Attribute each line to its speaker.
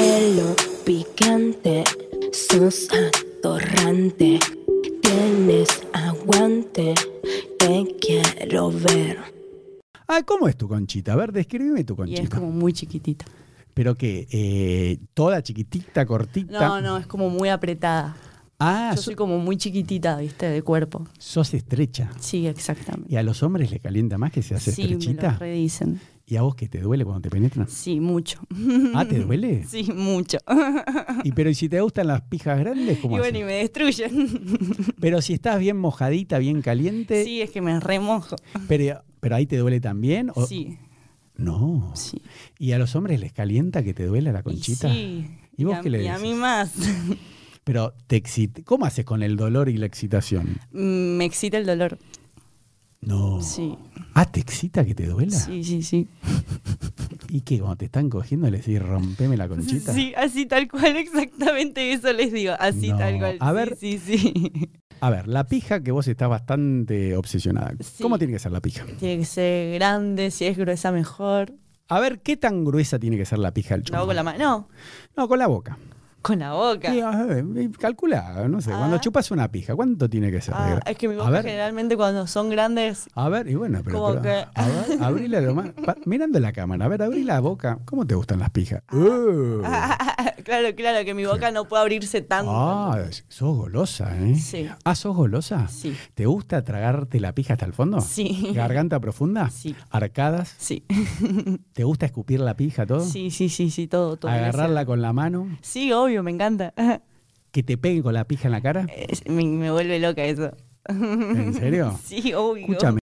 Speaker 1: pelo picante, sos atorrante, tienes aguante, te quiero ver.
Speaker 2: Ah, ¿cómo es tu conchita? A ver, describime tu
Speaker 3: Y es
Speaker 2: conchita.
Speaker 3: como muy chiquitita.
Speaker 2: Pero que eh, toda chiquitita, cortita.
Speaker 3: No, no, es como muy apretada.
Speaker 2: Ah,
Speaker 3: Yo
Speaker 2: so-
Speaker 3: soy como muy chiquitita, viste, de cuerpo.
Speaker 2: sos estrecha.
Speaker 3: Sí, exactamente.
Speaker 2: ¿Y a los hombres les calienta más que se hace
Speaker 3: Sí, me lo
Speaker 2: estrechita?
Speaker 3: redicen.
Speaker 2: ¿Y a vos que te duele cuando te penetran?
Speaker 3: Sí, mucho.
Speaker 2: Ah, ¿te duele?
Speaker 3: Sí, mucho.
Speaker 2: Y pero ¿y si te gustan las pijas grandes,
Speaker 3: Y
Speaker 2: ¿cómo
Speaker 3: bueno, y
Speaker 2: haces?
Speaker 3: me destruyen.
Speaker 2: Pero si estás bien mojadita, bien caliente,
Speaker 3: Sí, es que me remojo.
Speaker 2: pero, pero ahí te duele también. ¿o-
Speaker 3: Sí,
Speaker 2: No.
Speaker 3: sí.
Speaker 2: ¿Y a los hombres les calienta que te duele la conchita?
Speaker 3: Y sí.
Speaker 2: ¿Y vos
Speaker 3: a-
Speaker 2: qué le
Speaker 3: y a mí
Speaker 2: decís?
Speaker 3: más.
Speaker 2: Pero te excita. ¿Cómo haces con el dolor y la excitación?
Speaker 3: Mm, me excita el dolor.
Speaker 2: No.
Speaker 3: Sí.
Speaker 2: Ah, ¿te excita que te duela?
Speaker 3: Sí, sí, sí.
Speaker 2: ¿Y qué? Cuando te están cogiendo le decís, rompeme la conchita.
Speaker 3: Sí, así tal cual, exactamente eso les digo. Así
Speaker 2: No.
Speaker 3: tal cual.
Speaker 2: A
Speaker 3: Sí,
Speaker 2: ver.
Speaker 3: Sí, sí.
Speaker 2: A ver, la pija que vos estás bastante obsesionada.
Speaker 3: Sí.
Speaker 2: ¿Cómo tiene que ser la pija?
Speaker 3: Tiene que ser grande, si es gruesa, mejor.
Speaker 2: A ver, ¿qué tan gruesa tiene que ser la pija del
Speaker 3: No,
Speaker 2: chumbo?
Speaker 3: con la mano. No,
Speaker 2: No, con la boca.
Speaker 3: con la boca.
Speaker 2: Sí, a ver, eh, calcula, no sé,
Speaker 3: Ah.
Speaker 2: cuando chupas una pija, ¿cuánto tiene que ser? de
Speaker 3: Ah,
Speaker 2: gra-
Speaker 3: es que mi
Speaker 2: a
Speaker 3: boca
Speaker 2: ver,
Speaker 3: generalmente cuando son grandes.
Speaker 2: a ver, y bueno, pero,
Speaker 3: Como
Speaker 2: pero-
Speaker 3: que-
Speaker 2: a ver, abrila lo más, pa- mirando la cámara, a ver, abrí la boca, ¿cómo te gustan las pijas?
Speaker 3: Ah.
Speaker 2: Uh.
Speaker 3: claro, claro, que mi boca no puede abrirse tanto.
Speaker 2: Ah, sos golosa, ¿eh?
Speaker 3: Sí.
Speaker 2: Ah, sos golosa.
Speaker 3: Sí.
Speaker 2: ¿Te gusta tragarte la pija hasta el fondo?
Speaker 3: Sí.
Speaker 2: ¿Garganta profunda?
Speaker 3: Sí.
Speaker 2: ¿Arcadas?
Speaker 3: Sí.
Speaker 2: ¿Te gusta escupir la pija todo?
Speaker 3: Sí, sí, sí, sí, todo, todo.
Speaker 2: ¿Agarrarla con la mano?
Speaker 3: Sí, obvio, me encanta.
Speaker 2: ¿Que te
Speaker 3: Eh.
Speaker 2: peguen con la pija en la cara?
Speaker 3: Es- Me, me vuelve loca eso.
Speaker 2: ¿En serio?
Speaker 3: Sí, obvio.
Speaker 2: Escúchame.